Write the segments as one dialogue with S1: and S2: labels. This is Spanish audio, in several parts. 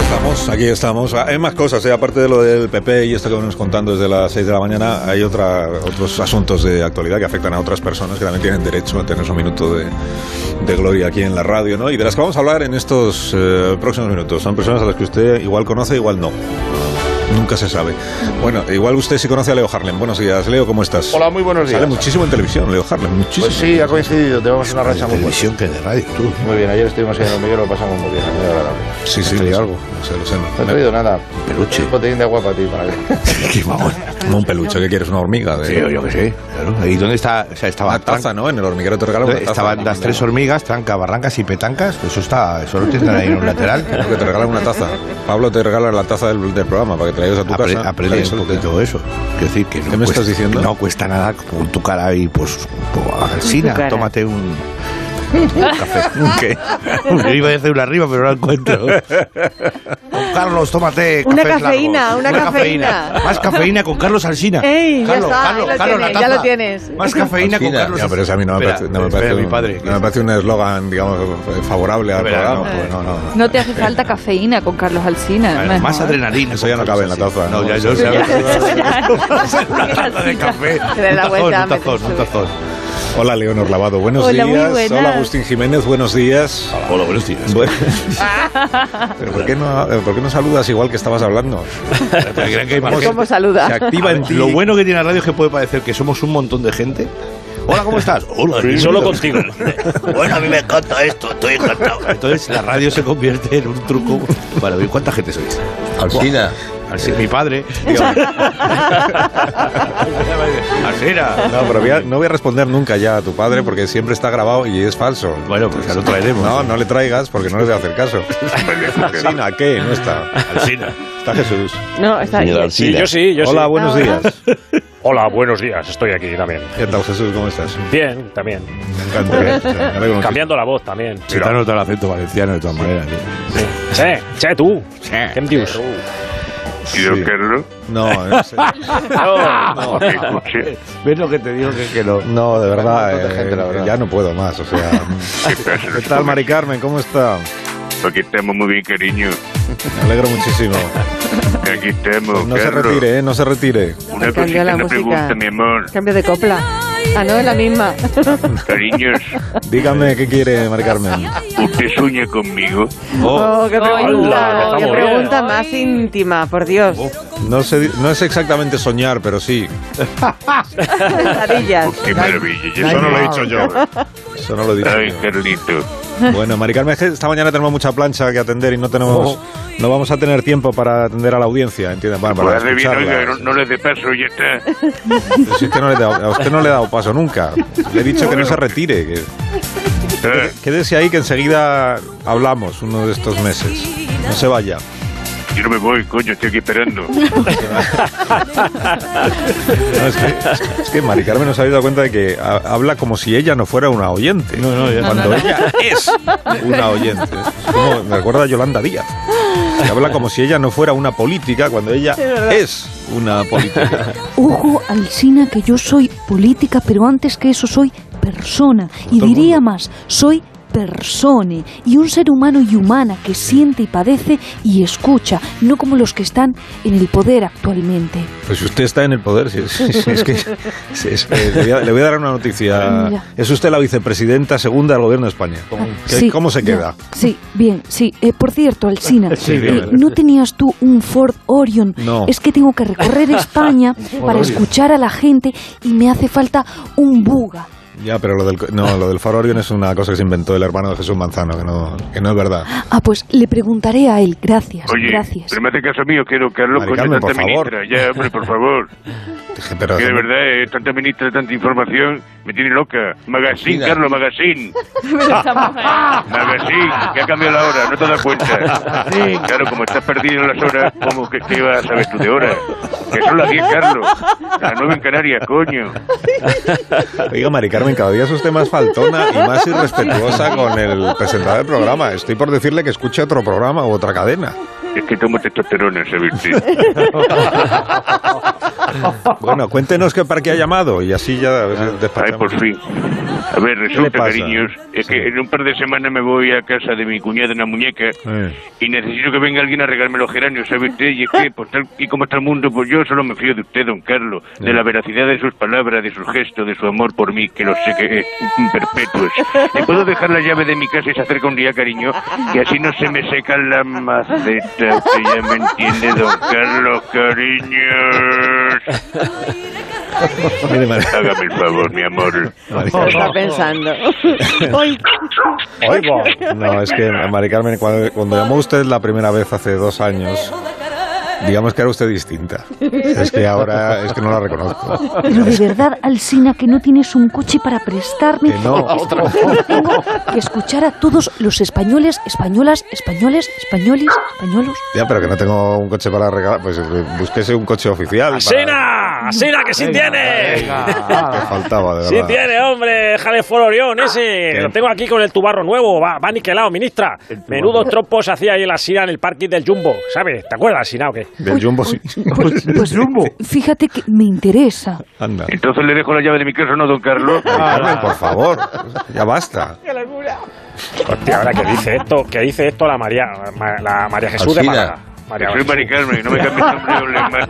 S1: estamos, aquí estamos. Ah, Hay más cosas, ¿eh? aparte de lo del PP y esto que venimos contando desde las 6 de la mañana, hay otra, otros asuntos de actualidad que afectan a otras personas que también tienen derecho a tener su minuto de, de gloria aquí en la radio, ¿no? Y de las que vamos a hablar en estos eh, próximos minutos. Son personas a las que usted igual conoce, igual no. Nunca se sabe. Bueno, igual usted sí conoce a Leo Harlem. Buenos días, Leo, ¿cómo estás?
S2: Hola, muy buenos días.
S1: Sale muchísimo en televisión, Leo Harlem, muchísimo.
S2: Pues sí, ha coincidido, tenemos una racha muy buena.
S3: televisión que de radio, tú.
S2: Muy bien, ayer estuvimos en el Miguel, lo pasamos muy bien, muy agradable.
S1: sí, sí,
S3: te digo
S1: lo sé,
S3: algo.
S1: lo sé, lo sé.
S2: No he traído nada.
S3: Peluche.
S2: Un botellín de agua para ti, para que...
S3: Qué mamón.
S1: No un peluche, ¿qué quieres? ¿Una hormiga? De...
S3: Sí, yo, yo que sé. Claro. ¿Y dónde está? O sea, estaba
S1: Una taza, ¿no? En el hormiguero te regalaron una taza.
S3: Estaban las tres hormigas, tranca, barrancas y petancas. Eso está, eso lo tienen ahí en un lateral.
S1: Creo que te regalan una taza. Pablo te regala la taza del, del programa para que te la lleves a tu
S3: Apre-
S1: casa.
S3: aprende
S1: Ahí
S3: un
S1: suelta.
S3: poquito eso. Quiero decir que no
S1: ¿Qué me
S3: cuesta-
S1: estás diciendo?
S3: que No cuesta nada con tu cara ahí, pues,
S4: Tu
S3: alcina,
S4: cara.
S3: tómate un. un café. ¿Qué? Iba a decir una arriba, pero no la encuentro. Con Carlos, tómate.
S4: Una
S3: cafés
S4: cafeína,
S3: largos.
S4: una cafeína.
S3: Más cafeína con Carlos Alsina.
S4: Ey, ya está, ahí lo
S3: la
S4: tienes, ya
S3: taza.
S4: lo tienes.
S3: Más cafeína con Carlos
S1: Ya, pero eso a mí no me
S3: Espera,
S1: parece, no me
S3: espera,
S1: parece
S3: mi
S1: un-
S3: padre.
S1: no me parece un eslogan, digamos, favorable al
S3: Espera,
S1: programa.
S3: no,
S1: pues no, no, no.
S4: No te hace falta cafeína con Carlos Alsina.
S3: Vale, más adrenalina.
S1: Eso ya no cabe en la taza.
S3: No, ya,
S1: eso
S3: yo sé.
S4: Una
S3: Una taza de café.
S4: Te da la
S3: Un
S4: vuelta.
S3: tazón, un tazón, un tazón.
S1: Hola, Leonor Lavado, buenos
S4: Hola, muy
S1: días.
S4: buenas.
S1: Hola, Agustín Jiménez, buenos días.
S3: Hola, buenos días.
S1: Bueno. Pero ¿por, qué no, eh, ¿Por qué no saludas igual que estabas hablando?
S3: ¿Creen que hay más
S1: ¿Cómo
S3: gente?
S4: ¿Cómo saluda?
S1: Se activa
S3: A ver,
S1: en ti.
S3: Lo bueno que tiene la radio es que puede parecer que somos un montón de gente. Hola, ¿cómo estás? Hola,
S5: Solo contigo.
S3: Bueno, a mí me encanta esto, estoy encantado. Entonces la radio se convierte en un truco para ver cuánta gente sois.
S5: Alcina.
S3: Así, mi padre. Alcina.
S1: No, pero voy a- no voy a responder nunca ya a tu padre porque siempre está grabado y es falso.
S3: Bueno, pues ya lo traeremos.
S1: No, no le traigas porque no le voy a hacer caso. Sina, ¿qué? No está.
S3: Alsina.
S1: Está Jesús.
S4: No, está ahí.
S5: Señora Alcina.
S6: Sí, yo sí, yo
S1: Hola,
S6: sí.
S1: buenos
S4: Hola.
S1: días.
S6: Hola, buenos días, estoy aquí también.
S1: ¿Qué tal, Jesús? ¿Cómo estás?
S6: Bien, también.
S1: Me encanta. Me alegro mucho.
S6: Cambiando la voz también.
S3: Se te ha notado el acento valenciano de todas maneras. tío.
S6: Che, che, tú. ¿Qué me dius?
S1: Sí. No, no sé.
S6: No,
S3: ¿Ves lo que te digo que, que no?
S1: No, de verdad,
S2: montón de
S1: eh,
S2: gente, la verdad.
S1: ya no puedo más. O sea, ¿qué tal, Mari Carmen? ¿Cómo está?
S7: Aquí estamos muy bien, cariño.
S1: Me alegro muchísimo.
S7: Aquí estamos.
S1: No se
S7: Carlos.
S1: retire, ¿eh? No se retire.
S7: Una
S4: Cambia
S7: cosita,
S4: la
S7: una
S4: música.
S7: pregunta, mi amor.
S4: Cambio de copla. Ah, no, es la misma.
S7: Cariños,
S1: Dígame qué quiere, Mari Carmen.
S7: ¿usted sueña conmigo?
S4: Oh, qué
S6: hola,
S4: pregunta.
S6: está
S4: Qué
S6: muy
S4: pregunta más íntima, por Dios.
S6: Oh.
S1: No, sé, no es exactamente soñar, pero sí.
S4: Pesadillas.
S7: Qué maravilla. Yo
S4: Ay,
S7: solo
S4: no.
S7: lo he hecho yo.
S1: Eso no lo digo.
S7: Ay, Carlito.
S1: Bueno, Mari Carmen, es que esta mañana tenemos mucha plancha que atender y no
S7: Oh.
S1: tenemos, no vamos a tener tiempo para atender a la audiencia, ¿entiendes? Bueno, para
S7: Pues de bien,
S1: escucharla.
S7: oiga, no, no le dé paso, ya está.
S1: Si es que no le he dado- a usted no le he dado paso nunca. Le he dicho que no se retire.
S7: Eh.
S1: Que,
S7: Ah,
S1: quédese ahí que enseguida hablamos uno de estos meses. No se vaya.
S7: yo no me voy, coño, estoy aquí esperando.
S1: No, es, que, es que Mari Carmen nos ha dado cuenta de que ha- habla como si ella no fuera una oyente.
S3: No, no, ya.
S1: cuando ella es una oyente. Es como- me recuerda a Yolanda Díaz. Que habla como si ella no fuera una política cuando ella es una política.
S8: Ojo, Alsina, que yo soy política, pero antes que eso soy persona. Y
S1: Todo el
S8: diría
S1: mundo.
S8: más, soy persone. Y un ser humano y humana que siente y padece y escucha, no como los que están en el poder actualmente.
S1: Pues si usted está en el poder, si- si- si- es que, si- es que le, voy a, le voy a dar una noticia.
S8: Mira.
S1: Es usted la vicepresidenta segunda del gobierno de España. ¿Qué-
S8: Ah, Sí,
S1: ¿Cómo se
S8: ya.
S1: queda?
S8: Sí, bien, sí. Eh, por cierto, Alsina,
S1: Sí,
S8: eh,
S1: dígame.
S8: ¿no tenías tú un Ford Orion?
S1: No.
S8: Es que tengo que recorrer España para escuchar a la gente y me hace falta un buga.
S1: Ya, pero lo del, no, lo del Faro Orión es una cosa que se inventó el hermano de Jesús Manzano, que no, que no es verdad.
S8: Ah, pues le preguntaré a él. Gracias,
S7: Oye,
S8: gracias.
S7: pero me hace caso mío, quiero Carlos,
S1: Mari
S7: coño,
S1: Carmen, por
S7: tanta
S1: favor.
S7: ministra. Ya, hombre, por favor.
S1: Dije, pero-
S7: Que de verdad, eh, tanta ministra, tanta información, me tiene loca. Magazine,
S5: Mira.
S7: Carlos, magazine. Magazine, que ha cambiado la hora, no te das cuenta. Claro, como estás perdido en las horas, ¿cómo que qué vas a saber tú de hora? Que son las 10, Carlos. Las 9 en Canarias, coño.
S1: Oiga, Mari Carmen, cada día es usted más faltona y más irrespetuosa con el presentador del programa. Estoy por decirle que escuche otro programa u otra cadena.
S7: Es que tomo testosterona, ¿sabes? Sí.
S1: Bueno, cuéntenos qué parque ha llamado y así ya
S7: Ay,
S1: despachamos.
S7: por fin. A ver,
S1: le
S7: resulta,
S1: pasa?
S7: cariños, es
S1: Sí.
S7: que en un par de semanas me voy a casa de mi cuñada, una muñeca,
S1: Eh.
S7: y necesito que venga alguien a regarme los geranios, ¿sabe usted? Y es que, por tal y como está el mundo, pues yo solo me fío de usted, don Carlos, de la veracidad de sus palabras, de sus gestos, de su amor por mí, que lo sé que es perpetuo. ¿Le puedo dejar la llave de mi casa y se acerca un día, cariño? Que así no se me seca la maceta, que ya me entiende, don Carlos, cariños.
S1: Mire, Mar-
S7: Hágame el favor, mi amor.
S1: Maricarmen.
S4: Pues Está pensando.
S1: No, es que, Mari Carmen, cuando, cuando llamó usted la primera vez hace dos años, digamos que era usted distinta. Es que ahora es que no la reconozco.
S8: Pero de verdad, Alsina, que no tienes un coche para prestarme.
S1: Que no.
S8: Es que tengo que escuchar a todos los españoles, españolas, españoles, españoles, españolos.
S1: Ya, pero que no tengo un coche para regalar. Pues eh, búsquese un coche oficial. Para,
S6: ¡Asina! ¡Asina, que sí tiene!
S1: que faltaba, de
S6: Sí
S1: verdad.
S6: tiene, hombre, jale fuera Orión ese.
S1: Bien.
S6: Lo tengo aquí con el tubarro nuevo, va, va niquelado, ministra. Menudos trompos hacía ahí la Sina en el parking del Jumbo, ¿sabes? ¿Te acuerdas, Sina o qué?
S1: Del Jumbo sí.
S8: Pues, pues, fíjate que me interesa.
S1: Anda.
S7: Entonces le dejo la llave de mi casa, ¿no, don Carlos?
S1: Mari Carmen, por favor. Ya basta.
S6: Hostia, ahora que dice esto, que dice esto la María, ma- la María Jesús de
S1: Alsina.
S6: Málaga. María,
S7: Soy Mari Carmen, no me cambies el nombre o le mato.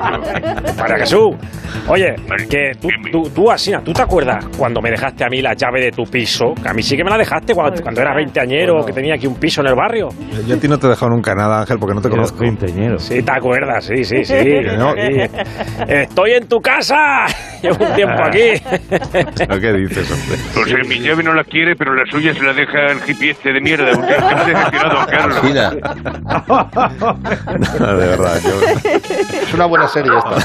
S6: María Jesús. Oye,
S7: Mari-
S6: que tú,
S7: dime.
S6: tú, tú, Asina, ¿tú te acuerdas cuando me dejaste a mí la llave de tu piso? Que a mí sí que me la dejaste cuando,
S4: Ay,
S6: cuando era
S4: verdad.
S6: veinteañero, que tenía aquí un piso en el barrio.
S1: Yo a ti no te he dejado nunca nada, Ángel, porque no te conozco.
S6: Sí, te acuerdas, sí, sí, sí.
S1: no.
S6: Sí. Estoy en tu casa. Llevo un tiempo aquí.
S1: ¿Pero ¿Qué dices, hombre?
S7: O sea, mi llave no la quiere, pero la suya se la deja el hippie este de mierda. Usted no ha decepcionado, don Carlos.
S2: Mira,
S1: No, Ah, de verdad. Yo...
S2: es una buena serie esta. Es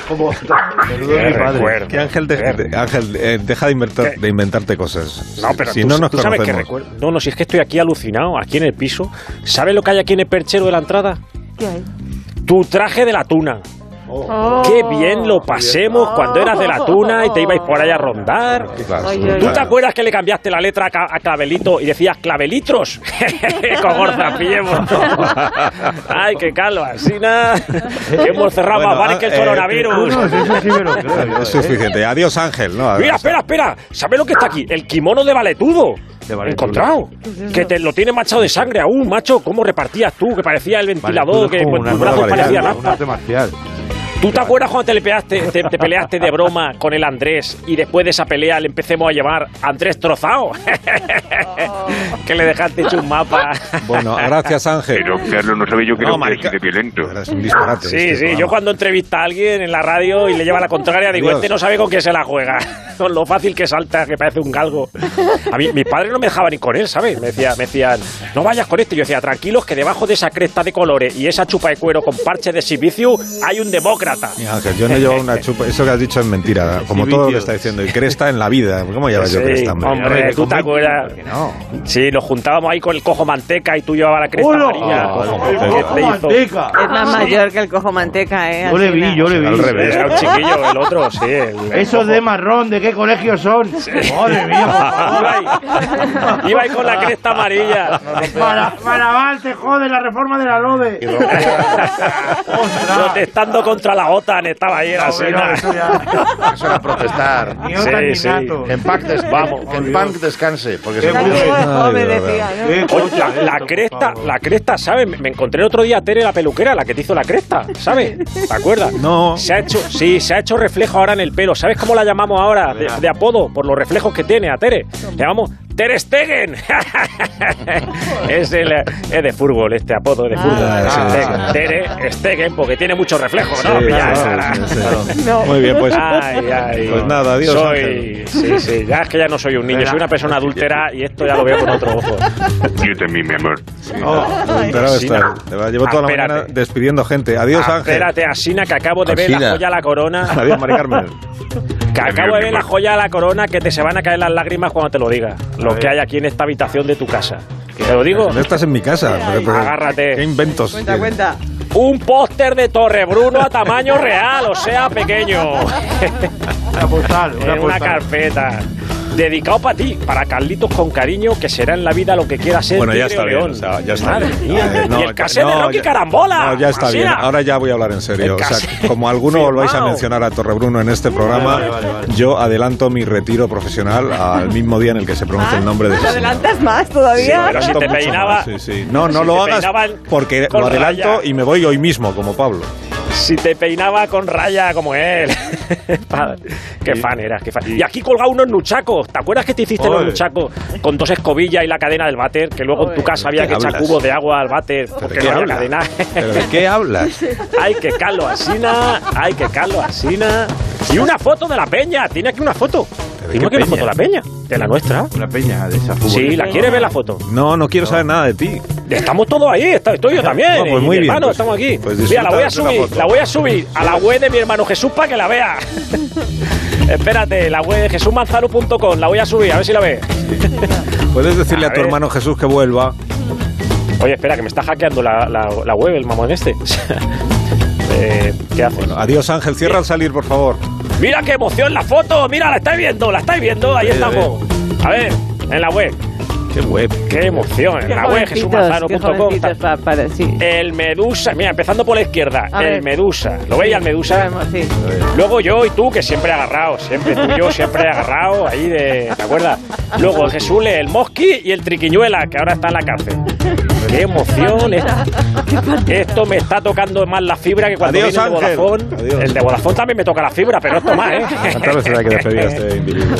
S2: como... Menudo
S6: Qué
S2: mi padre.
S6: recuerdo.
S1: Que Ángel, de- de- Ángel, eh, deja de, inventar-
S6: ¿Qué?
S1: de inventarte cosas.
S6: No, pero
S1: si
S6: tú,
S1: no nos
S6: tú sabes que
S1: conocemos.
S6: recuerdo. No, no, si es que estoy aquí alucinado, aquí en el piso. ¿Sabes lo que hay aquí en el perchero de la entrada?
S4: ¿Qué hay?
S6: Tu traje de la tuna.
S4: Oh.
S6: Qué bien lo pasemos
S4: Oh.
S6: cuando eras de la tuna y te ibais por ahí a rondar.
S1: Claro,
S4: Ay,
S1: sí,
S4: ay,
S6: ¿Tú te
S1: claro.
S6: acuerdas que le cambiaste la letra a, ca- a clavelito y decías clavelitros? Con Gorza Pillemos. Ay, qué calo, así nada. Hemos cerrado
S1: Bueno,
S6: más bares que el
S1: eh,
S6: coronavirus.
S1: Es suficiente. Adiós, Ángel. No,
S6: Mira,
S1: adiós.
S6: espera, espera. ¿Sabes lo que está aquí? El kimono de Valetudo. Encontrado. Que te lo tiene manchado de sangre aún, macho. ¿Cómo repartías tú? Que parecía el ventilador, que pues, tus brazos parecían nafta. ¿Tú te acuerdas cuando te, le pegaste- te, te peleaste de broma con el Andrés y después de esa pelea le empecemos a llamar Andrés Trozao? que le dejaste hecho un mapa.
S1: Bueno, gracias, Ángel.
S7: Pero don Carlos no sabe yo que
S1: No,
S7: era un
S1: Mari
S7: presidente violento.
S1: Es un disparate.
S6: Sí,
S1: este
S6: sí,
S1: programa.
S6: yo cuando entrevista a alguien en la radio y le lleva la contraria, digo,
S1: Dios.
S6: este no sabe con quién se la juega, con lo fácil que salta, que parece un galgo. A mí, mis padres no me dejaban ir con él, ¿sabes? Me, decía, me decían, no vayas con este. Yo decía, tranquilos, que debajo de esa cresta de colores y esa chupa de cuero con parche de silicio hay un demócrata.
S1: Mira, Ángel, yo no llevo una chupa. Eso que has dicho es mentira, como todo lo que está diciendo. Y cresta en la vida. ¿Cómo llevas yo
S6: Sí,
S1: cresta?
S6: hombre,
S1: hombre?
S6: tú te acuerdas. Sí, nos juntábamos ahí con el cojo manteca y tú llevabas la cresta amarilla.
S1: Ah, cojo
S6: ¿Qué
S1: manteca. Ah.
S6: te hizo?
S4: Es más mayor que el cojo manteca, ¿eh? Yo le vi, yo
S1: Al revés.
S6: Era un chiquillo, el otro, sí. el- el
S3: Esos
S6: cojo.
S3: de marrón, ¿de qué colegio son? ¡Madre
S6: Iba
S3: mía!
S6: ahí- iba ahí con la cresta amarilla.
S3: Para, para te jode la reforma de la LODE. ¡Ostras!
S6: Protestando contra la OTAN, estaba ahí en la
S3: Bueno,
S6: cena.
S3: eso ya.
S2: Eso era protestar.
S3: Ni
S6: Sí,
S3: otra ni
S6: sí.
S3: gato.
S2: En paz, des-
S6: Vamos.
S2: que en paz descanse, porque se
S3: Qué
S2: murió.
S3: bueno.
S4: me
S1: Ay, de
S4: decía, ¿no?
S3: Qué
S6: Oye,
S3: cosa
S6: la,
S3: esto,
S6: la
S3: por
S6: cresta,
S3: favor.
S6: la cresta, ¿sabes? Me- Me encontré el otro día a Tere, la peluquera, la que te hizo la cresta, ¿sabes? ¿Te acuerdas?
S1: No.
S6: Se ha hecho, sí, se ha hecho reflejo ahora en el pelo. ¿Sabes cómo la llamamos ahora de, de apodo? Por los reflejos que tiene a Tere. Le llamamos Tere Stegen. es, el, es de fútbol este apodo, es de fútbol.
S1: Ah, sí,
S6: Stegen.
S1: sí.
S6: Tere Stegen, porque tiene muchos reflejos,
S1: Sí,
S6: ¿no? Ya,
S1: claro,
S6: ahora.
S1: sí, sí. Muy bien, pues.
S6: Ay, ay.
S1: Pues nada, adiós,
S6: Soy,
S1: Ángel.
S6: sí, sí, ya es que ya no soy un niño, soy una persona adúltera y esto ya lo veo con otro ojo.
S7: Yo también, mi amor.
S1: Oh, Enterado
S6: sí,
S1: está.
S6: no.
S1: De verdad, Llevo toda la
S6: Espérate.
S1: mañana despidiendo gente. Adiós, Ángel.
S6: Espérate, Asina, que acabo de ver la
S2: Asina.
S6: joya a la corona.
S1: Adiós, Mari Carmen.
S6: Que acabo de ver la joya a la corona, que te se van a caer las lágrimas cuando te lo diga. Lo que hay aquí en esta habitación de tu casa. Te lo digo.
S1: No estás en mi casa. pero- pero-
S6: Agárrate.
S1: ¿Qué inventos?
S4: Cuenta,
S1: tienes?
S4: cuenta.
S6: Un póster de Torre Bruno a tamaño real, o sea, pequeño.
S3: Una postal, una
S6: en una
S3: postal.
S6: carpeta. Dedicado para ti, para Carlitos con cariño, que será en la vida lo que quiera ser.
S1: Bueno, ya
S6: Tigre
S1: está
S6: o
S1: bien,
S6: león.
S1: o sea, ya está
S6: Madre
S1: bien.
S6: mía.
S1: Ah, eh, no,
S6: y el cassette de
S1: no,
S6: Rocky
S1: ya-
S6: Carambola.
S1: No, ya está bien.
S6: Masía.
S1: Ahora ya voy a hablar en serio.
S6: El
S1: O sea,
S6: cassette.
S1: como alguno volváis a
S6: Firmao.
S1: mencionar a Torrebruno en este programa,
S6: Vale, vale, vale.
S1: yo adelanto mi retiro profesional al mismo día en el que se pronuncia el nombre de ese
S4: ¿Lo
S1: señor.
S4: adelantas más todavía?
S6: pero si
S1: Adelanto
S6: te
S1: mucho más,
S6: Ah. peinaba-
S1: sí, sí. No, no
S6: si
S1: lo
S6: te
S1: hagas
S6: peinaban
S1: porque
S6: con
S1: lo adelanto
S6: raya.
S1: y me voy hoy mismo, como Pablo.
S6: Si te peinaba con raya como él. Padre, qué fan eras, qué fan. Y aquí colgado unos nuchacos. ¿Te acuerdas que te hiciste los
S3: Oye.
S6: nuchacos con dos escobillas y la cadena del váter? Que luego en tu
S4: Oye.
S6: casa había
S1: ¿De
S6: que
S1: qué
S6: echar
S1: hablas?
S6: cubos de agua al váter porque
S1: qué
S6: no había
S1: hablas?
S6: cadena.
S1: ¿Pero de qué hablas?
S6: hay que Carlos Asina, hay que Carlos Asina. Y una foto de la peña. Tiene aquí una foto.
S1: ¿Pero de
S6: Tiene
S1: qué
S6: aquí una
S1: peña?
S6: foto de la peña. De la nuestra.
S3: Una peña de esa
S6: Sí, ¿la
S4: peña?
S6: quieres ver la foto?
S1: No, no quiero saber nada de ti.
S6: Estamos todos ahí, está- estoy yo también.
S1: No, pues
S6: y
S1: muy
S6: mi
S1: bien,
S6: hermano,
S1: pues-
S6: estamos aquí.
S1: pues
S6: Mira, la voy a
S1: disfruta de la
S6: subir,
S1: foto.
S6: la voy a subir a la web de mi hermano Jesús para que la vea. Espérate, la web de jesusmanzano.com, la voy a subir, a ver si la ve.
S1: Puedes decirle
S6: A
S1: a, tu
S6: ver.
S1: hermano Jesús que vuelva.
S6: Oye, espera, que me está hackeando la, la- la web el mamón este. Eh, ¿Qué hace?
S1: Adiós, Ángel. Cierra al salir, por favor.
S6: Mira qué emoción la foto, mira, la estáis viendo, la estáis viendo, ahí
S1: A ver, a
S6: estamos. A ver, en la web,
S1: Qué web.
S6: qué emoción, en
S4: Qué
S6: la web
S4: jovencitos, qué
S6: jesusmanzano.com.
S4: jovencitos pa- para sí.
S6: El Medusa, mira, empezando por la izquierda,
S4: A
S6: el
S4: ver.
S6: Medusa. ¿Lo veis al Medusa?
S4: Sabemos, sí.
S6: Luego yo y tú, que siempre agarrado, siempre tú y yo, siempre agarrado, ahí de. ¿Te acuerdas? Luego Jesús, el Mosqui y el Triquiñuela, que ahora está en la cárcel. ¡Qué emoción! eh. Esto me está tocando más la fibra que cuando
S1: Adiós,
S6: viene el de
S1: Ángel.
S6: Vodafone.
S1: Adiós.
S6: El de Vodafone también me toca la fibra, pero esto más, ¿eh?
S1: ¿Cuántas veces hay que despedir a este individuo?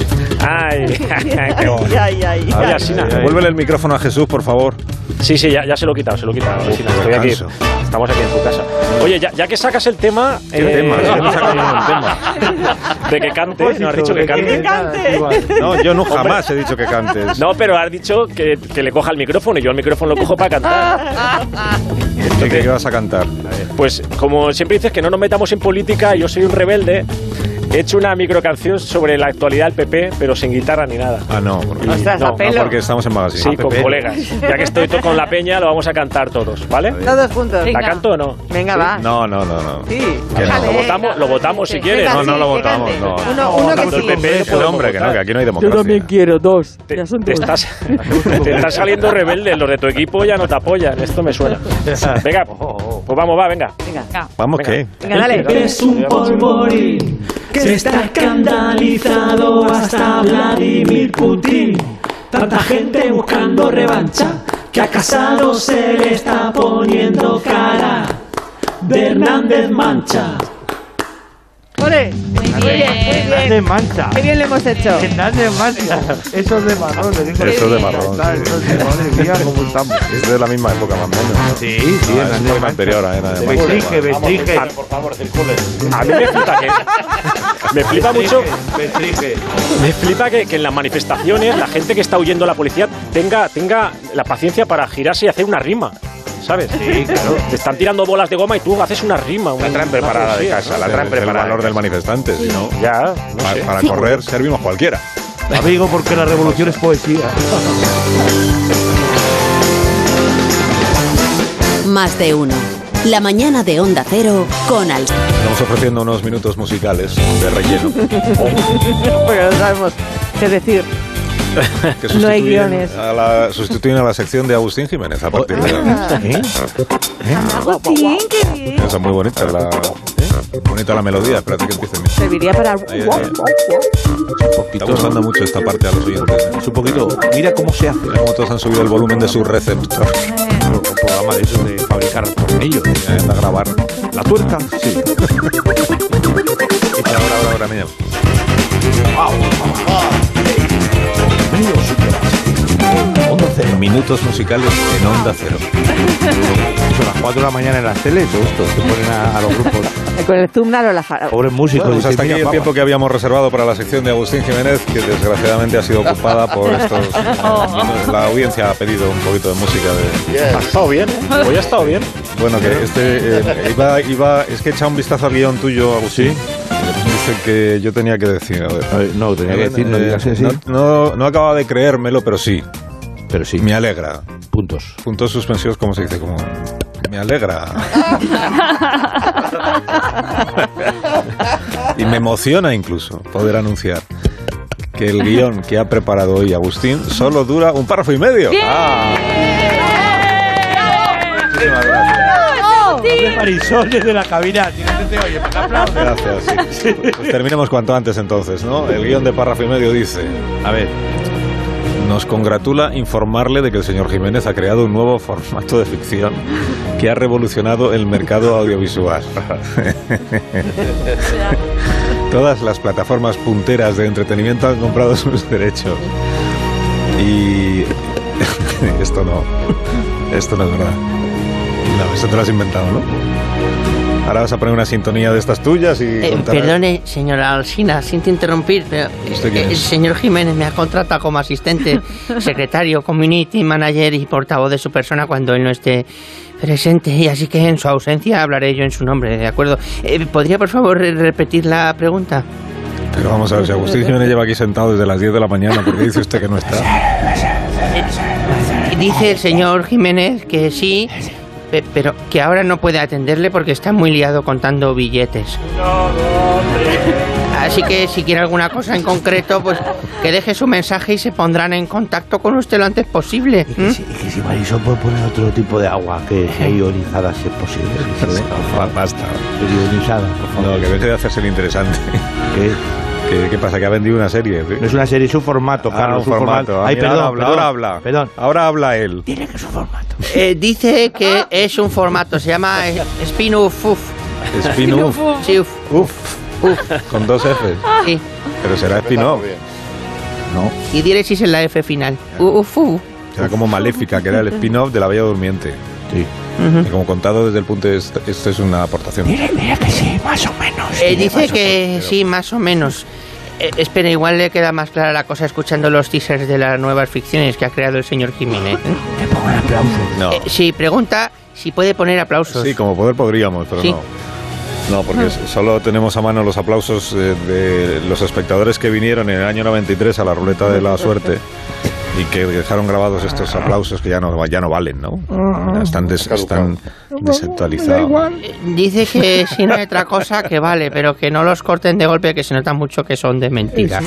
S6: Ay, qué bueno.
S4: Ay, ay,
S6: Oye,
S4: ay.
S6: Asina.
S1: Vuélvele el micrófono a Jesús, por favor.
S6: Sí, sí, ya, ya se lo he quitado, se lo he quitado.
S1: Uf,
S6: Asina, estoy aquí.
S1: descanso.
S6: Estamos aquí en tu casa. Oye, ya, ya que sacas el tema. eh,
S1: ¿Qué tema? Sí, hemos sacado un tema. Pues,
S6: De que cante, no has dicho que cante.
S1: No, yo no jamás he dicho que cantes.
S6: No, pero has dicho que, que le coja el micrófono y yo el micrófono lo cojo para cantar.
S1: Este, ¿Qué, qué vas a cantar?
S6: Pues como siempre dices que no nos metamos en política, yo soy un rebelde. He hecho una microcanción sobre la actualidad del PP, pero sin guitarra ni nada.
S1: Ah, no, porque, no,
S4: Ostras,
S6: no,
S4: a
S6: no,
S4: pelo.
S1: porque estamos en magazine.
S6: Sí,
S1: Ah,
S6: con
S1: Pepe.
S6: colegas. Ya que estoy to- con la peña, lo vamos a cantar todos, ¿vale?
S4: Todos juntos.
S6: ¿La canto o no?
S4: Venga, va.
S1: No, no, no, no.
S4: Sí.
S1: Que no.
S6: Lo votamos, lo votamos si quieres.
S1: No, no lo
S5: que cante.
S1: votamos, no.
S4: Uno, uno
S1: Tanto
S4: que
S1: el
S4: sí.
S1: PP, el hombre, que no, que aquí no hay democracia.
S4: quiero dos.
S6: Te, te estás, te estás saliendo rebelde, los de tu equipo ya no te apoyan, esto me suena. Venga, pues vamos, va, venga.
S1: Vamos, ¿qué?
S4: Venga, dale.
S9: Es un polvorín que está escandalizado hasta Vladimir Putin. Tanta gente buscando revancha que a Casado se le está poniendo cara de Hernández Mancha.
S4: Ole. Muy bien, muy bien.
S5: Hernández Mancha.
S4: Qué bien lo hemos hecho.
S5: Hernández Mancha. Eso es de marrón. le digo.
S1: Eso es de marrón.
S5: Está,
S1: sí.
S5: eso es de- Madre mía, cómo estamos.
S1: Es de la misma época, más o menos.
S5: Sí, sí,
S1: No, es
S5: Hernández
S1: muy
S5: Mancha.
S1: anterior, eh, nada más.
S5: Vestrige, vestrige.
S6: A mí me flipa que. Me flipa mucho. Me flipa que, que en las manifestaciones la gente que está huyendo a la policía tenga, tenga la paciencia para girarse y hacer una rima. ¿Sabes? Sí, claro. Te están tirando bolas de goma y tú haces una rima. Una
S3: traen preparada de casa, la traen
S1: Es el
S3: preparada.
S1: valor del manifestante, si no.
S6: Ya.
S1: pa- Para correr servimos cualquiera.
S5: Amigo, porque la revolución es poesía.
S10: Más de uno. La mañana de Onda Cero con Al.
S1: Estamos ofreciendo unos minutos musicales de relleno.
S4: Porque no sabemos qué decir.
S1: que
S4: No hay
S1: sustituyen
S4: guiones.
S1: A la, sustituyen a la sección de Agustín Jiménez a partir de
S4: Ah.
S1: ahora.
S8: Agustín, qué bien.
S1: Esa muy bonita la, bonita la melodía. Espérate que empiece. Mira,
S4: Serviría para.
S1: ahí, ahí, ahí. Está gustando mucho esta parte a los oyentes. ¿eh?
S3: Es un poquito. Mira cómo se hace.
S1: Mira cómo todos han subido el volumen de su receptor.
S3: Un programa de esos de fabricar tornillos.
S1: Ya está a grabar.
S3: La tuerca. Sí.
S1: Ahora, ahora, ahora, mira.
S3: Onda cero.
S1: Minutos musicales en onda cero.
S3: Eso, A las 4 de la mañana en las teles, todo esto. Se ponen a, a los grupos.
S4: Eh, Con el Zumnar o la Jara.
S3: Pobres músicos.
S1: Bueno, pues
S3: dicen,
S1: hasta aquí
S3: "Mira,
S1: el
S3: papa".
S1: tiempo que habíamos reservado para la sección de Agustín Jiménez, que desgraciadamente ha sido ocupada por estos. La audiencia ha pedido un poquito de música de.
S6: Ha estado bien, ¿eh? Hoy ha estado bien.
S1: Bueno, que este eh, iba, iba, es que he echado un vistazo al guión tuyo, Agustín. Dice que yo tenía que decir, a ver.
S3: A ver, no, tenía que decir, no
S1: Eh,
S3: digas así.
S1: no, no, no acababa de creérmelo, pero sí.
S3: Pero sí,
S1: Me alegra.
S3: puntos.
S1: Puntos suspensivos, ¿cómo se dice? Como, me alegra. y me emociona incluso poder anunciar que el guión que ha preparado hoy Agustín solo dura un párrafo y medio. Ah. Muchísimas gracias.
S5: Hombre, Marisol desde la cabina. Si no te te oye, me aplaudo.
S1: Gracias. sí. Pues terminemos cuanto antes entonces, ¿no? El guión de párrafo y medio dice, a ver, nos congratula informarle de que el señor Jiménez ha creado un nuevo formato de ficción que ha revolucionado el mercado audiovisual. Todas las plataformas punteras de entretenimiento han comprado sus derechos. Y esto no, esto no es verdad. No, eso te lo has inventado, ¿no? Ahora vas a poner una sintonía de estas tuyas y...
S11: Eh,
S1: contarás-
S11: perdone, señora Alsina, siento interrumpir, pero eh,
S1: ¿Usted quién
S11: el
S1: es?
S11: señor Jiménez me ha contratado como asistente, secretario, community manager y portavoz de su persona cuando él no esté presente. Y así que en su ausencia hablaré yo en su nombre, ¿de acuerdo? Eh, ¿Podría, por favor, eh, repetir la pregunta?
S1: Pero vamos a ver, si Agustín Jiménez lleva aquí sentado desde las 10 de la mañana, ¿por qué dice usted que no está?
S11: Dice el señor Jiménez que sí, pe- pero que ahora no puede atenderle porque está muy liado contando billetes. Así que si quiere alguna cosa en concreto, pues que deje su mensaje y se pondrán en contacto con usted lo antes posible. ¿m?
S3: Que si Marisol puede poner otro tipo de agua que sea ionizada, si es posible. que se vea.
S1: Basta.
S3: Ionizada, por favor.
S1: No, que deje de hacerse el interesante.
S3: ¿Qué?
S1: ¿Qué, qué pasa? ¿Que ha vendido una serie?
S3: No es una serie, es un formato,
S1: Ah,
S3: Carlos.
S1: un formato. Ah,
S3: Ay,
S1: mira,
S3: perdón,
S1: ahora habla,
S3: perdón,
S1: ahora habla.
S3: Perdón.
S1: Ahora habla él.
S11: Eh, dice que es un formato, se llama eh, Spin-Off. uf.
S1: Spin-off.
S11: Sí, uf,
S1: Uf,
S11: uf,
S1: con dos Fs.
S11: sí.
S1: Pero será spin-off. No,
S11: Y diéresis en la F final.
S1: Ah.
S11: Uf, uf.
S1: será como Maléfica, que era el spin-off de La Bella Durmiente. Sí. Y como contado desde el punto de vista, esto es una aportación.
S11: Eh, dice que sí, más o menos. Eh, espera, igual le queda más clara la cosa escuchando los teasers de las nuevas ficciones que ha creado el señor Jiménez.
S1: No.
S11: Eh, sí, pregunta si puede poner aplausos.
S1: Sí, como poder podríamos, pero
S11: Sí.
S1: no. No, porque s- solo tenemos a mano los aplausos eh, de los espectadores que vinieron en el año 93 a la ruleta de la suerte y que dejaron grabados estos aplausos que ya no, ya no valen, ¿no? Ya Están, des- están desactualizados.
S11: Eh, Dice que si no hay otra cosa que vale, pero que no los corten de golpe, que se nota mucho que son de mentira.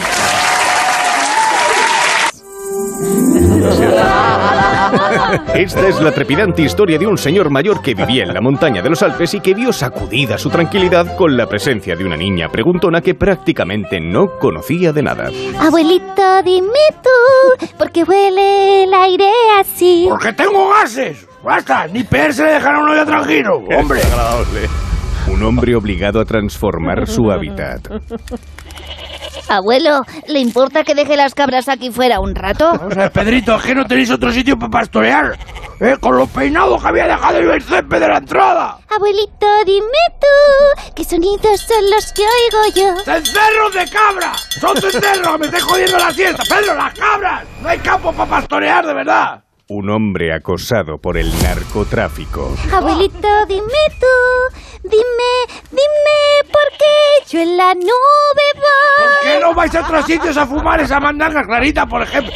S12: Esta es la trepidante historia de un señor mayor que vivía en la montaña de los Alpes y que vio sacudida su tranquilidad con la presencia de una niña preguntona que prácticamente no conocía de nada.
S13: Abuelito, dime tú, ¿por qué huele el aire así?
S12: ¡Porque tengo gases! ¡Basta! ¡Ni PR se le dejaron hoy tranquilo! ¡Hombre! Un hombre obligado a transformar su hábitat.
S13: Abuelo, ¿le importa que deje las cabras aquí fuera un rato?
S12: O sea, Pedrito, es que no tenéis otro sitio para pastorear. ¿Eh? Con los peinados que había dejado yo el césped de la entrada.
S13: Abuelito, dime tú, ¿qué sonidos son los que oigo yo?
S12: ¡Cencerros de cabra! ¡Son cencerros! ¡Me estáis jodiendo la siesta! ¡Pedro, las cabras! ¡No hay campo para pastorear, de verdad! Un hombre acosado por el narcotráfico.
S13: Abuelito, dime tú, dime, dime, ¿por qué yo en la nube voy?
S12: ¿Qué no vais a otros sitios a fumar esa mandanga, Clarita, por ejemplo?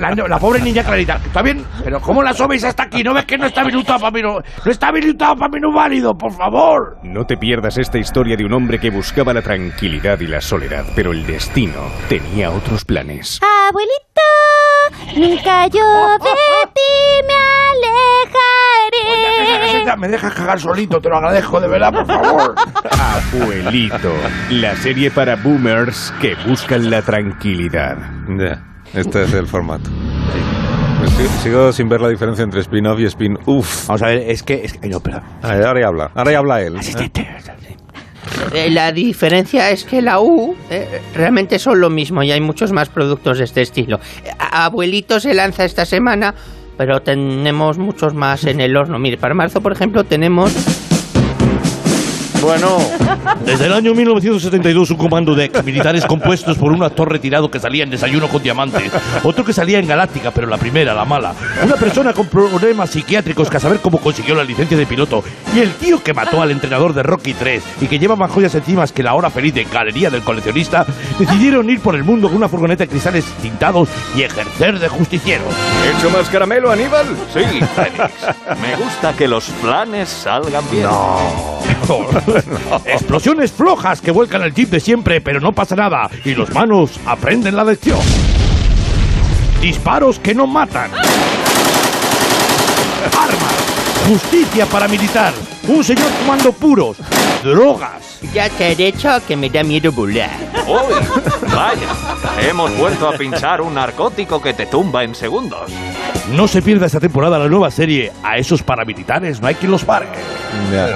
S12: La, la pobre niña Clarita, está bien, pero ¿cómo la sobéis hasta aquí? ¿No ves que no está habilitado para mí? No, no está habilitado para mí, no válido, por favor. No te pierdas esta historia de un hombre que buscaba la tranquilidad y la soledad, pero el destino tenía otros planes.
S13: Abuelito, nunca yo de ti me alejaré.
S12: Me dejas cagar solito, te lo agradezco de verdad, por favor. Abuelito, la serie para boomers que buscan la tranquilidad.
S1: Ya, este es el formato. Pues sí, sigo sin ver la diferencia entre spin-off y spin-off.
S3: Vamos a ver, es que. es que- ay, no, perdón.
S1: Ahora ya habla, ahora ya habla él.
S11: Eh, la diferencia es que la U eh, realmente son lo mismo y hay muchos más productos de este estilo. Eh, Abuelito se lanza esta semana, pero tenemos muchos más en el horno. Mire, para marzo, por ejemplo, tenemos...
S2: Bueno,
S5: Desde el año 1972, un comando de militares compuestos por un actor retirado que salía en Desayuno con Diamantes, otro que salía en Galáctica, pero la primera, la mala, una persona con problemas psiquiátricos que a saber cómo consiguió la licencia de piloto, y el tío que mató al entrenador de Rocky 3 y que lleva más joyas encima que la hora feliz de Galería del Coleccionista, decidieron ir por el mundo con una furgoneta de cristales tintados y ejercer de justicieros.
S12: ¿Hecho más caramelo, Aníbal? Sí.
S14: Me gusta que los planes salgan bien.
S12: No.
S3: Explosiones flojas que vuelcan el jeep de siempre, pero no pasa nada. Y los manos aprenden la lección. Disparos que no matan. Armas. Justicia paramilitar. Un señor fumando puros. Drogas.
S11: Ya te he dicho que me da miedo volar.
S12: ¡Uy! Vaya, hemos vuelto a pinchar un narcótico que te tumba en segundos.
S3: No se pierda esta temporada la nueva serie. A esos paramilitares no hay quien los pare.
S1: Ya,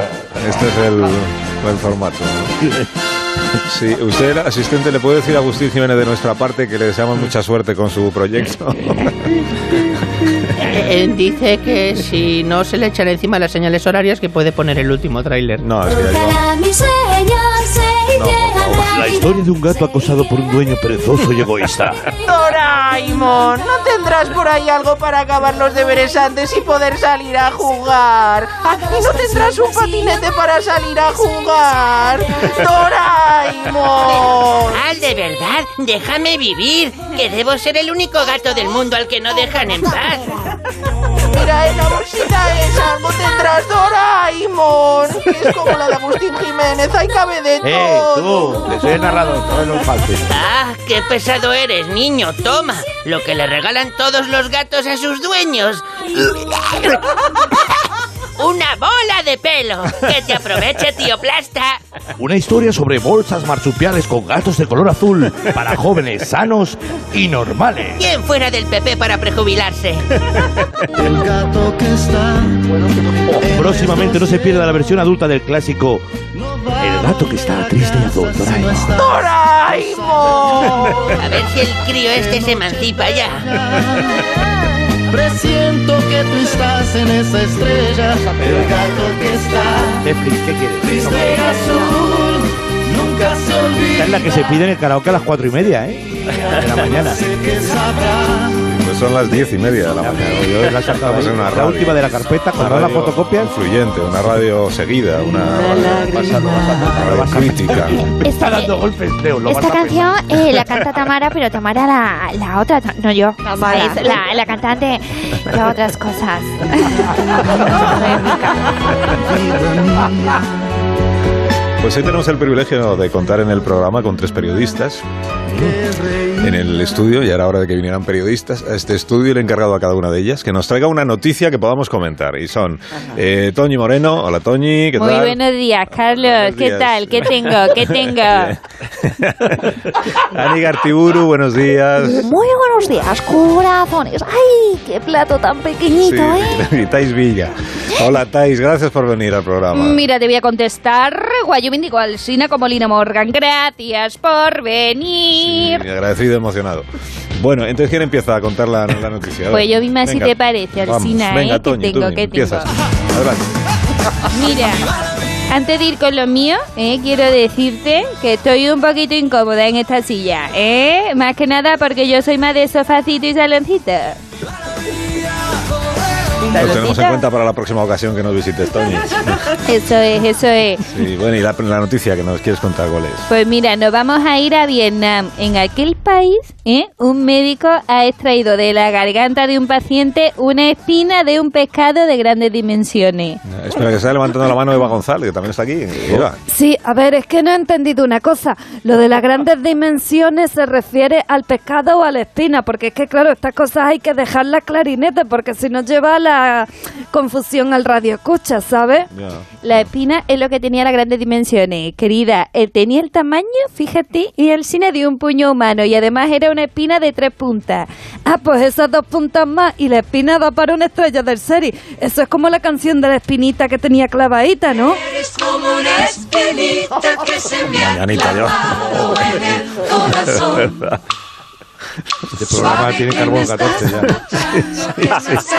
S1: este es el, el formato. ¿no? Sí, usted, asistente, le puede decir a Agustín Jiménez de nuestra parte que le deseamos mucha suerte con su proyecto.
S11: Eh, eh, dice que si no se le echan encima las señales horarias que puede poner el último tráiler.
S1: No, es que ya lleva-
S13: Ojalá mi sueño se hiciera
S3: La historia de un gato acosado por un dueño perezoso y egoísta.
S4: Doraemon, ¿no tendrás por ahí algo para acabar los deberes antes y poder salir a jugar? Ah, ¿Y no tendrás un patinete para salir a jugar? Doraemon.
S15: Ah, de verdad, déjame vivir, que debo ser el único gato del mundo al que no dejan en paz.
S4: Mira, en la bolsita esa algo tendrás Doraemon. Que es como la de Agustín Jiménez, ahí cabe de
S16: ¡Eh,
S4: todo.
S16: tú! Que soy el narrador, no me lo faltes.
S15: Ah, qué pesado eres, niño, toma, lo que le regalan todos los gatos a sus dueños. Una bola de pelo, que te aproveche, tío Plasta.
S3: Una historia sobre bolsas marsupiales con gatos de color azul para jóvenes sanos y normales.
S15: ¿Quién fuera del PP para prejubilarse?
S2: El gato que está.
S3: Oh, Próximamente no se pierda la versión adulta del clásico El gato que está triste y azul. Doraemon.
S15: A ver si el crío este se emancipa ya.
S2: Presiento que tú estás en esa estrella. El gato que está.
S16: Netflix, ¿qué quieres?
S2: Triste y azul. Nunca se
S16: Esta
S2: olvida.
S16: es la que se pide en el karaoke a las cuatro y media, ¿eh? De la mañana.
S2: Sé que sabrá.
S1: Pues son las diez y media de la mañana. Yo
S16: La saca
S1: estamos en una
S16: la
S1: radio.
S16: última de la carpeta, cuando hagas
S1: Una
S16: la
S1: radio
S16: fotocopia.
S1: Influyente, una radio seguida, una, radio pasada, una radio crítica.
S3: Está dando golpes, Leo. lo
S13: Este, Esta
S3: vas a
S13: canción eh, la canta Tamara, pero Tamara la, la otra, ta- no yo.
S4: Tamara.
S13: Es la, la cantante de otras cosas.
S1: Pues hoy tenemos el privilegio de contar en el programa con tres periodistas en el estudio, y era hora de que vinieran periodistas a este estudio y le he encargado a cada una de ellas que nos traiga una noticia que podamos comentar. Y son eh, Toñi Moreno, hola Toñi, ¿qué
S17: Muy
S1: tal?
S17: buenos días, Carlos.
S1: Ah, Buenos
S17: ¿Qué
S1: días.
S17: tal? ¿Qué tengo? ¿Qué tengo?
S1: Ani Gartiburu, buenos días.
S13: Muy buenos días, corazones. ¡Ay, qué plato tan pequeñito, eh!
S1: y Tais Villa. Hola Tais, gracias por venir al programa.
S17: Mira, te voy a contestar. Guayo Indigo Alsina como Lina Morgan. Gracias por venir.
S1: Y agradecido, emocionado. Bueno, entonces, ¿quién empieza a contar la, la noticia?
S17: Pues yo misma, si
S1: Venga,
S17: te parece,
S1: vamos,
S17: Alsina,
S1: venga,
S17: ¿eh? ¿Qué
S1: Toñi, tú
S17: tengo?
S1: misma,
S17: ¿Qué
S1: empiezas.
S17: tengo?
S1: Adelante.
S17: Mira, antes de ir con lo mío, eh, quiero decirte que estoy un poquito incómoda en esta silla, ¿eh? Más que nada porque yo soy más de sofacito y saloncito.
S1: Lo tenemos en cuenta para la próxima ocasión que nos visites, Toñi.
S17: Eso es, eso es.
S1: Sí, bueno, y la, la noticia que nos quieres contar, ¿cuál es?
S17: Pues mira, nos vamos a ir a Vietnam. En aquel país, ¿eh? un médico ha extraído de la garganta de un paciente una espina de un pescado de grandes dimensiones.
S1: Espera, que está levantando la mano Eva González, que también está aquí. Eva.
S18: Sí, a ver, es que no he entendido una cosa. Lo de las grandes dimensiones se refiere al pescado o a la espina, porque es que, claro, estas cosas hay que dejarlas clarinetes, porque si no lleva la confusión al radio escucha, ¿sabes?
S17: La espina es lo que tenía las grandes dimensiones, querida. Eh, tenía el tamaño, fíjate, y el cine de un puño humano. Y además era una espina de tres puntas.
S18: Ah, pues esas dos puntas más y la espina da para una estrella del serie. Eso es como la canción de la espinita que tenía clavadita, ¿no?
S2: Es como una espinita que se me ha
S1: Anita, yo.
S2: clavado en el
S1: Es
S2: corazón.
S1: verdad. Este programa tiene carbón 14 ya. Sí, sí, sí.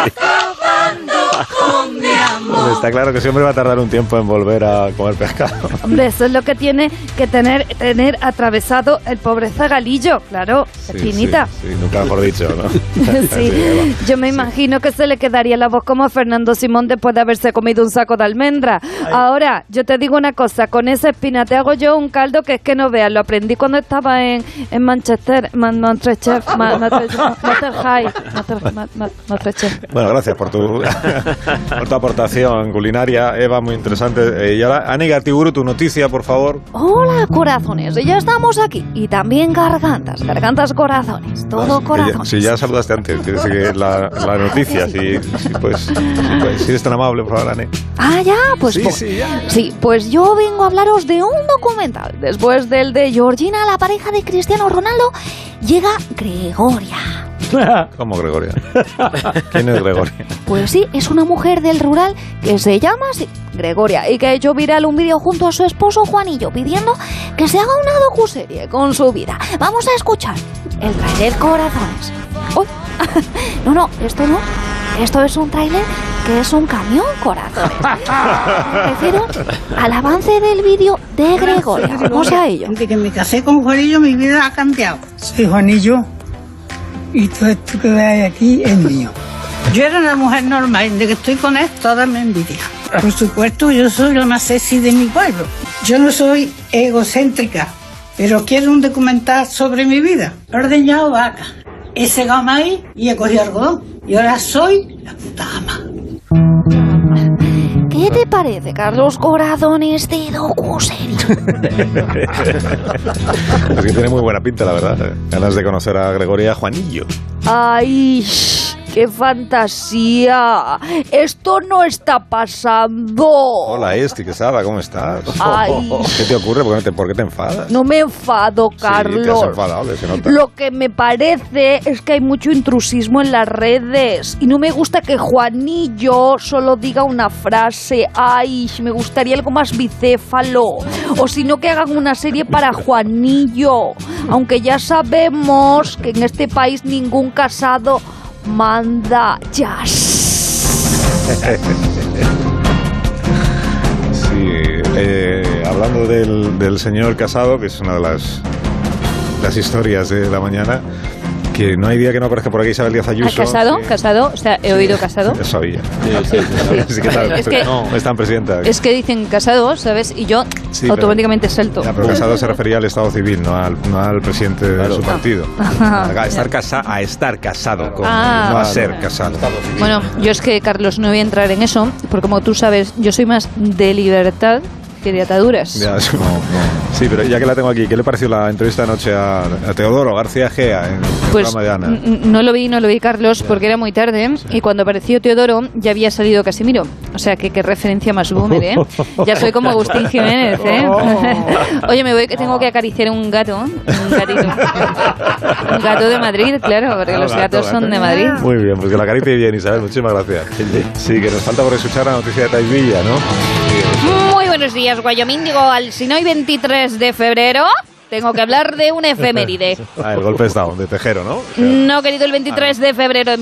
S2: Con mi amor.
S1: Pues Está claro que siempre va a tardar un tiempo en volver a comer pescado.
S18: Hombre, eso es lo que tiene que tener, tener atravesado el pobre zagalillo, claro, la
S1: Sí,
S18: espinita.
S1: Sí, sí, nunca mejor dicho, ¿no?
S18: Sí,
S1: Eva.
S18: yo me imagino que se le quedaría la voz como a Fernando Simón después de haberse comido un saco de almendra. Ahora, yo te digo una cosa, con esa espina te hago yo un caldo que es que no veas, lo aprendí cuando estaba en, en Manchester, Man- Manchester, Ma- Manchester, Manchester High, Manchester- Ma- Ma- Manchester.
S1: Bueno, gracias por tu, por tu aportación. en culinaria, Eva, muy interesante. Eh, y ahora, Anne Gatiburu, tu noticia, por favor.
S13: Hola, corazones, ya estamos aquí. Y también gargantas, gargantas, corazones, todo corazón.
S1: Si ya saludaste antes, quiere decir que la, la noticia, si, si, puedes- si puedes- pues, si eres tan amable, por favor, Anne.
S13: Ah, ya, pues
S1: Sí,
S13: pues-
S1: sí, ya.
S13: sí, pues yo vengo a hablaros de un documental. Después del de Georgina, la pareja de Cristiano Ronaldo, llega Gregoria.
S1: ¿Cómo Gregoria? ¿Quién es Gregoria?
S13: Pues sí, es una mujer del rural que se llama así, Gregoria, y que ha hecho viral un vídeo junto a su esposo Juanillo pidiendo que se haga una docuserie con su vida. Vamos a escuchar el trailer Corazones. Uy, no, no, esto no. Esto es un trailer que es un camión Corazones. Me refiero al avance del vídeo de Gregoria. Vamos a ello.
S19: Desde que me casé con Juanillo, mi vida ha cambiado. Soy Juanillo y todo esto que veis aquí es mío. Yo era una mujer normal, desde que estoy con él, toda me envidia. Por supuesto, yo soy la más sexy de mi pueblo. Yo no soy egocéntrica, pero quiero un documental sobre mi vida. He ordeñado vaca, he segado maíz y he cogido algodón. Y ahora soy la puta ama.
S13: ¿Qué te parece, Carlos Corazones de docuserie?
S1: es que tiene muy buena pinta, la verdad. ¿eh? Ganas de conocer a Gregoria Juanillo.
S8: ¡Ay! shh, ¡Qué fantasía! Esto no está pasando.
S1: Hola, Esti, Quesada, ¿cómo estás?
S8: Ay.
S1: ¿Qué te ocurre? ¿Por qué te, por qué te enfadas?
S8: No me enfado,
S1: Ah. Sí, te has
S8: Carlos.
S1: enfadado, que se nota.
S8: Lo que me parece es que hay mucho intrusismo en las redes y no me gusta que Juanillo solo diga una frase, ay, me gustaría algo más bicéfalo, o si no que hagan una serie para Juanillo, aunque ya sabemos que en este país ningún casado manda jazz.
S1: Sí, eh, hablando del, del señor casado, que es una de las, las historias de la mañana, que no hay día que no aparezca por aquí Isabel Díaz
S18: ¿Has
S1: Ayuso.
S18: casado? ¿Casado? O sea, he oído casado.
S1: Eso sabía. Así
S18: Es que-
S1: no, es tan presidenta.
S18: Es que dicen casado, ¿sabes? Y yo
S1: Sí, pero-
S18: automáticamente salto.
S1: Ya, pero casado se refería al Estado civil, no al, no al presidente de su partido.
S18: Ajá.
S1: A estar, casa, a estar casado, con,
S18: Ah.
S1: no a ser casado.
S18: Bueno, yo es que, Carlos, no voy a entrar en eso, porque como tú sabes, yo soy más de libertad que de ataduras.
S1: Ya, es como- Sí, pero ya que la tengo aquí, ¿qué le pareció la entrevista anoche a, a Teodoro García Gea en el
S18: Pues
S1: programa de Ana?
S18: n- n- no lo vi, no lo vi, Carlos, porque era muy tarde ¿eh? y cuando apareció Teodoro ya había salido Casimiro. O sea, que qué referencia más boomer, ¿eh? Ya soy como Agustín Jiménez, ¿eh?
S1: Oh.
S18: Oye, me voy que tengo que acariciar un gato, un gatito. Un gato de Madrid, claro, porque los
S1: Gato,
S18: gatos son
S1: gato.
S18: de Madrid.
S1: Muy bien, pues que la carita y bien, Isabel, muchísimas gracias. Sí, que nos falta por escuchar la noticia de Taivilla, ¿no?
S17: Muy buenos días, Wyoming. Digo, al sino hoy 23 de febrero tengo que hablar de una efeméride.
S1: Ah, el golpe de Estado, de Tejero, ¿no?
S17: No, querido, el 23 de febrero de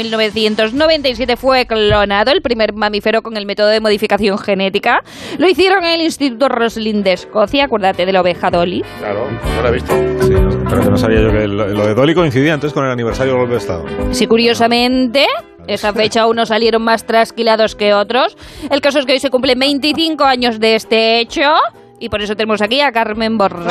S17: 1997 fue clonado el primer mamífero con el método de modificación genética. Lo hicieron en el Instituto Roslin de Escocia, acuérdate de la oveja Dolly.
S1: Claro, no la he visto. Sí, no, pero que no sabía yo que lo, lo de Dolly coincidía entonces con el aniversario del golpe de Estado.
S17: Si curiosamente, esa fecha unos salieron más trasquilados que otros. El caso es que hoy se cumplen 25 años de este hecho y por eso tenemos aquí a Carmen Borrego.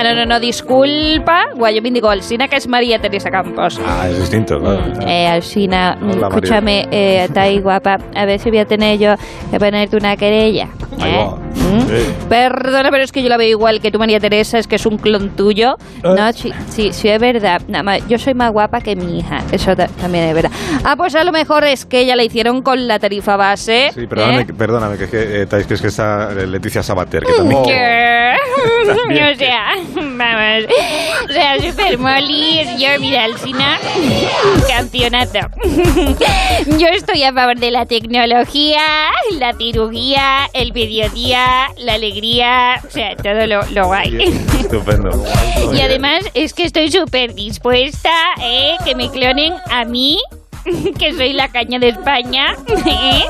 S17: Ah, no, no, no, disculpa. Guayomín digo Alsina, que es María Teresa Campos.
S1: Ah, es distinto, claro.
S18: Eh, Alsina, mm,
S1: Hola, María.
S18: escúchame, eh, está ahí guapa. A ver si voy a tener yo que ponerte una querella.
S1: Ahí
S18: ¿eh?
S1: va. Sí.
S18: Perdona, pero es que yo la veo igual que tú, María Teresa, es que es un clon tuyo. No, sí, sí, sí, es verdad. Nada más, yo soy más guapa que mi hija, eso ta- también es verdad. Ah, pues a lo mejor es que ella la hicieron con la tarifa base.
S1: Sí, perdóname,
S18: ¿eh? Mm,
S1: perdóname que, es que, eh, Tais, que es que está eh, Leticia Sabater, que también...
S17: Mm, ¿Qué?
S18: ¿eh?
S1: También.
S17: o sea, vamos. O sea, Super Molly es yo, mira, Alcina, campeonato. Yo estoy a favor de la tecnología, la cirugía, el mediodía, la alegría, o sea, todo lo, lo guay.
S1: Estupendo.
S17: Y además es que estoy súper dispuesta, ¿eh? Que me clonen a mí, que soy la caña de España. ¿eh?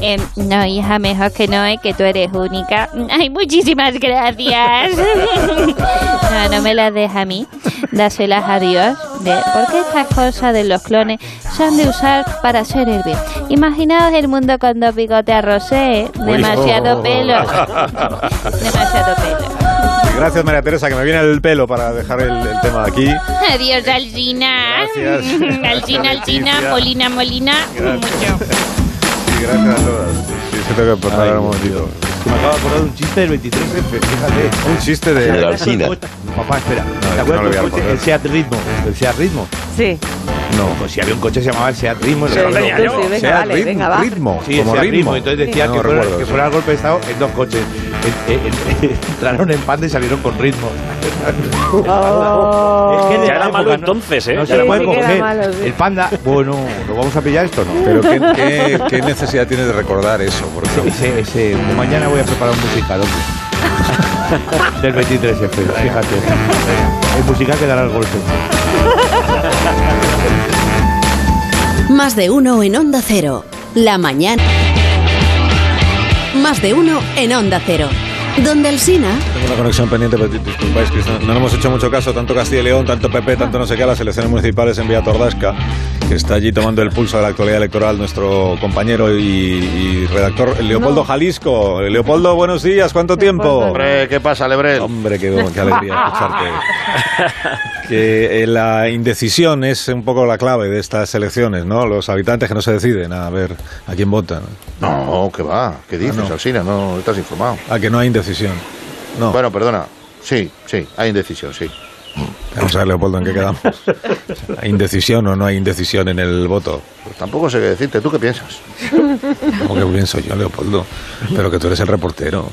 S17: Em, no, hija, mejor que no, ¿eh? Que tú eres única. Ay, muchísimas gracias.
S18: No, no me las deja a mí, dáselas a Dios. Ve, Porque estas cosas de los clones se han de usar para hacer el bien. Imaginaos el mundo con dos bigotes a rosé, ¿eh?
S1: oh,
S18: demasiado pelo.
S1: Demasiado pelo. Gracias, María Teresa, que me viene el pelo para dejar el, el tema aquí.
S17: Adiós, Alcina.
S1: Gracias.
S17: Alcina, Alcina,
S1: Leticia.
S17: Molina, Molina.
S1: Gracias. Y gracias a todas. que tengo que parar un momentito.
S3: Me acabo de acordar de un chiste del 23F, fíjate.
S1: Un chiste de- De la Alcina.
S3: ¿Eh? Papá, espera.
S1: es que
S3: ¿Te
S1: no lo
S3: acuerdas
S1: voy a
S3: del coche?
S1: recordar.
S3: El Seat Ritmo. El Seat Ritmo.
S4: Sí.
S3: No. Pues si había un coche que se llamaba el Seat Ritmo. y
S4: Sí,
S3: lo
S4: sí,
S3: recuerdo.
S4: sí, venga,
S3: Seat
S4: vale, venga, va.
S3: Sí, el
S1: como
S3: Seat
S1: ritmo.
S3: Ritmo. Entonces decía
S1: No
S3: que, fuera,
S1: recuerdo
S3: que
S1: eso.
S3: fuera el golpe de estado en dos coches. En- en- en- entraron en panda y salieron con ritmo. Es que de
S6: Ya era
S3: la
S6: malo
S3: época, ¿no?
S6: entonces, ¿eh?
S3: No
S6: Ya
S3: se le
S6: era
S3: puede
S6: malo.
S3: coger. El panda, bueno, ¿lo vamos a pillar esto o no?
S1: Pero ¿qué, qué, qué necesidad tienes de recordar eso? Por ejemplo?
S3: Ese, ese, mañana voy a preparar un musical, hombre. Del 23F, fíjate. El musical que dará el golpe.
S10: Más de uno en Onda Cero. La mañana. Más de uno en Onda Cero. Donde el Sina.
S1: Tengo una conexión pendiente, pero dis- disculpáis, que no, no le hemos hecho mucho caso, tanto Castilla y León, tanto PP, tanto no sé qué, a las elecciones municipales en Villa Tordasca, que está allí tomando el pulso de la actualidad electoral nuestro compañero y, y redactor eh, Leopoldo Jalisco. Leopoldo, buenos días, ¿cuánto tiempo?
S2: Hombre, ¿qué pasa, Lebrel?
S1: Hombre, qué, qué alegría escucharte. Que eh, la indecisión es un poco la clave de estas elecciones, ¿no? Los habitantes que no se deciden a ver a quién votan.
S2: No, que va. ¿Qué dices, Alsina? No, no estás informado.
S1: A que no hay indecisión. No.
S2: Bueno, perdona. Sí, sí, hay indecisión, sí.
S1: Vamos a ver, Leopoldo, ¿en qué quedamos? ¿Hay indecisión o no hay indecisión en el voto?
S2: Pues tampoco sé qué decirte. ¿Tú qué piensas?
S1: Como que pienso yo, Leopoldo? Pero que tú eres el reportero.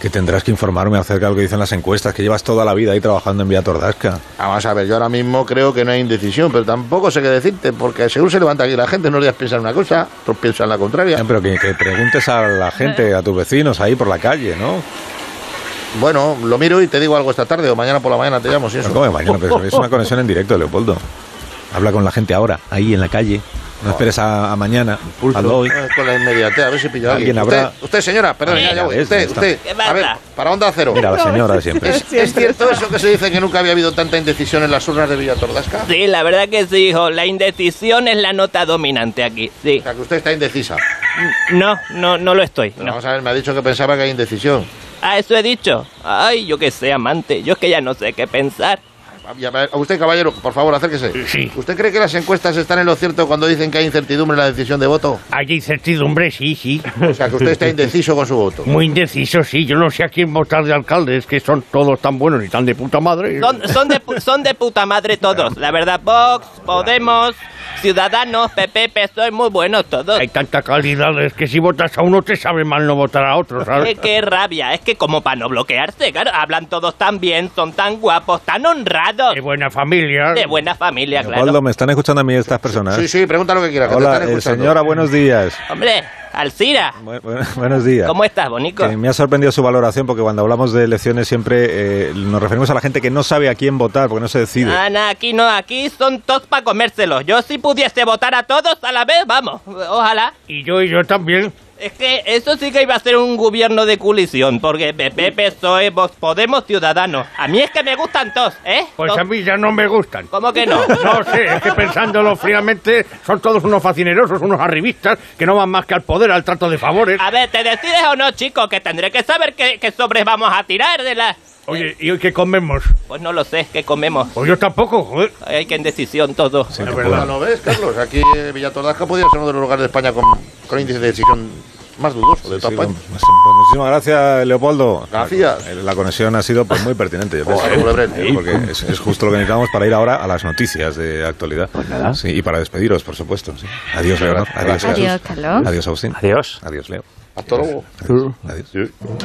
S1: Que tendrás que informarme acerca de lo que dicen las encuestas, que llevas toda la vida ahí trabajando en Vía Tordasca.
S2: Vamos a ver, yo ahora mismo creo que no hay indecisión, pero tampoco sé qué decirte, porque según se levanta aquí la gente, no le das pensar una cosa, otros piensan la contraria.
S1: Pero que, que preguntes a la gente, a tus vecinos ahí por la calle, ¿no?
S2: Bueno, lo miro y te digo algo esta tarde o mañana por la mañana te llamo, si eso.
S1: No, como de mañana, pero es una conexión en directo, Leopoldo. Habla con la gente ahora, ahí en la calle. No esperes a, a mañana, hazlo hoy.
S2: Eh, Con la inmediatez, a ver si pillo a alguien.
S1: Alguien habrá-
S2: Usted, usted, señora, perdón, ya, ya voy.
S1: ves, ya
S2: Usted,
S1: está.
S2: usted, a ver, para onda cero.
S1: Mira, la señora de siempre.
S2: ¿Es, es cierto eso que se dice que nunca había habido tanta indecisión en las urnas de Villatordasca?
S20: Sí, la verdad que sí, hijo. La indecisión es la nota dominante aquí. Sí. O sea,
S2: que usted está indecisa.
S20: No, no, no lo estoy. no.
S2: Vamos a ver, me ha dicho que pensaba que hay indecisión.
S20: Ah, eso he dicho. Ay, yo que sé, amante. Yo es que ya no sé qué pensar.
S2: Y a ver, a usted, caballero, por favor, acérquese. ¿Usted cree que las encuestas están en lo cierto cuando dicen que hay incertidumbre en la decisión de voto?
S21: Hay incertidumbre, sí, sí.
S2: O sea, que usted está indeciso con su voto.
S21: Muy indeciso, sí. Yo no sé a quién votar de alcalde. Es que son todos tan buenos y tan de puta madre.
S20: Son, son de, pu- son de puta madre todos. La verdad, Vox, Podemos, Ciudadanos, PP, PSOE, muy buenos todos.
S21: Hay tanta calidad. Es que si votas a uno te sabe mal no votar a otro,
S20: Qué,
S21: ¿sabes?
S20: Eh, qué rabia, es que como para no bloquearse, claro, hablan todos tan bien, son tan guapos, tan honrados. De
S21: buena familia.
S20: De buena familia, claro.
S1: Leopoldo, ¿me están escuchando a mí estas personas?
S2: Sí, sí, pregunta lo que quiera, que te
S1: Hola,
S2: están
S1: eh,
S2: escuchando.
S1: señora, buenos días.
S20: Hombre, Alcira,
S1: Bu- bu- buenos días.
S20: ¿cómo estás, Bonico?
S1: Que me ha sorprendido su valoración porque cuando hablamos de elecciones siempre eh, nos referimos a la gente que no sabe a quién votar porque no se decide.
S20: Ah, nah, aquí no, aquí son todos para comérselos. Yo si pudiese votar a todos a la vez, vamos, ojalá.
S21: Y yo y yo también.
S20: Es que eso sí que iba a ser un gobierno de colisión, porque PP, PSOE, Vox, Podemos, Ciudadanos. A mí es que me gustan todos, ¿eh?
S21: Pues a
S20: Todos.
S21: mí ya no me gustan.
S20: ¿Cómo que no?
S21: No sé, es que pensándolo fríamente, son todos unos facinerosos, unos arribistas, que no van más que al poder, al trato de favores.
S20: A ver, ¿te decides o no, chico? Que tendré que saber qué, qué sobres vamos a tirar de la...
S21: Oye, ¿y hoy qué comemos?
S20: eh. Pues no lo sé, ¿qué comemos?
S21: Pues yo tampoco, joder.
S20: Hay que en decisión todo.
S2: La verdad, ¿no ves, Carlos? Aquí eh, Villatordasca podría ser uno de los lugares de España con, con índice de decisión más dudoso de toda España.
S1: Pues, pues, muchísimas gracias, Leopoldo. Eh,
S2: Gracias.
S1: La, la conexión ha sido pues, muy pertinente, yo pienso.
S2: Joder, Lebrel.
S1: Eh, porque es, es justo lo que necesitamos para ir ahora a las noticias de actualidad.
S22: Pues
S1: Sí, y para despediros, por supuesto. sí. Adiós, Leonor. Adiós,
S22: Adiós,
S1: Jesús.
S22: Carlos.
S1: Adiós, Agustín. Adiós. Adiós, Leo.
S2: Hasta luego.
S1: Adiós. Adiós.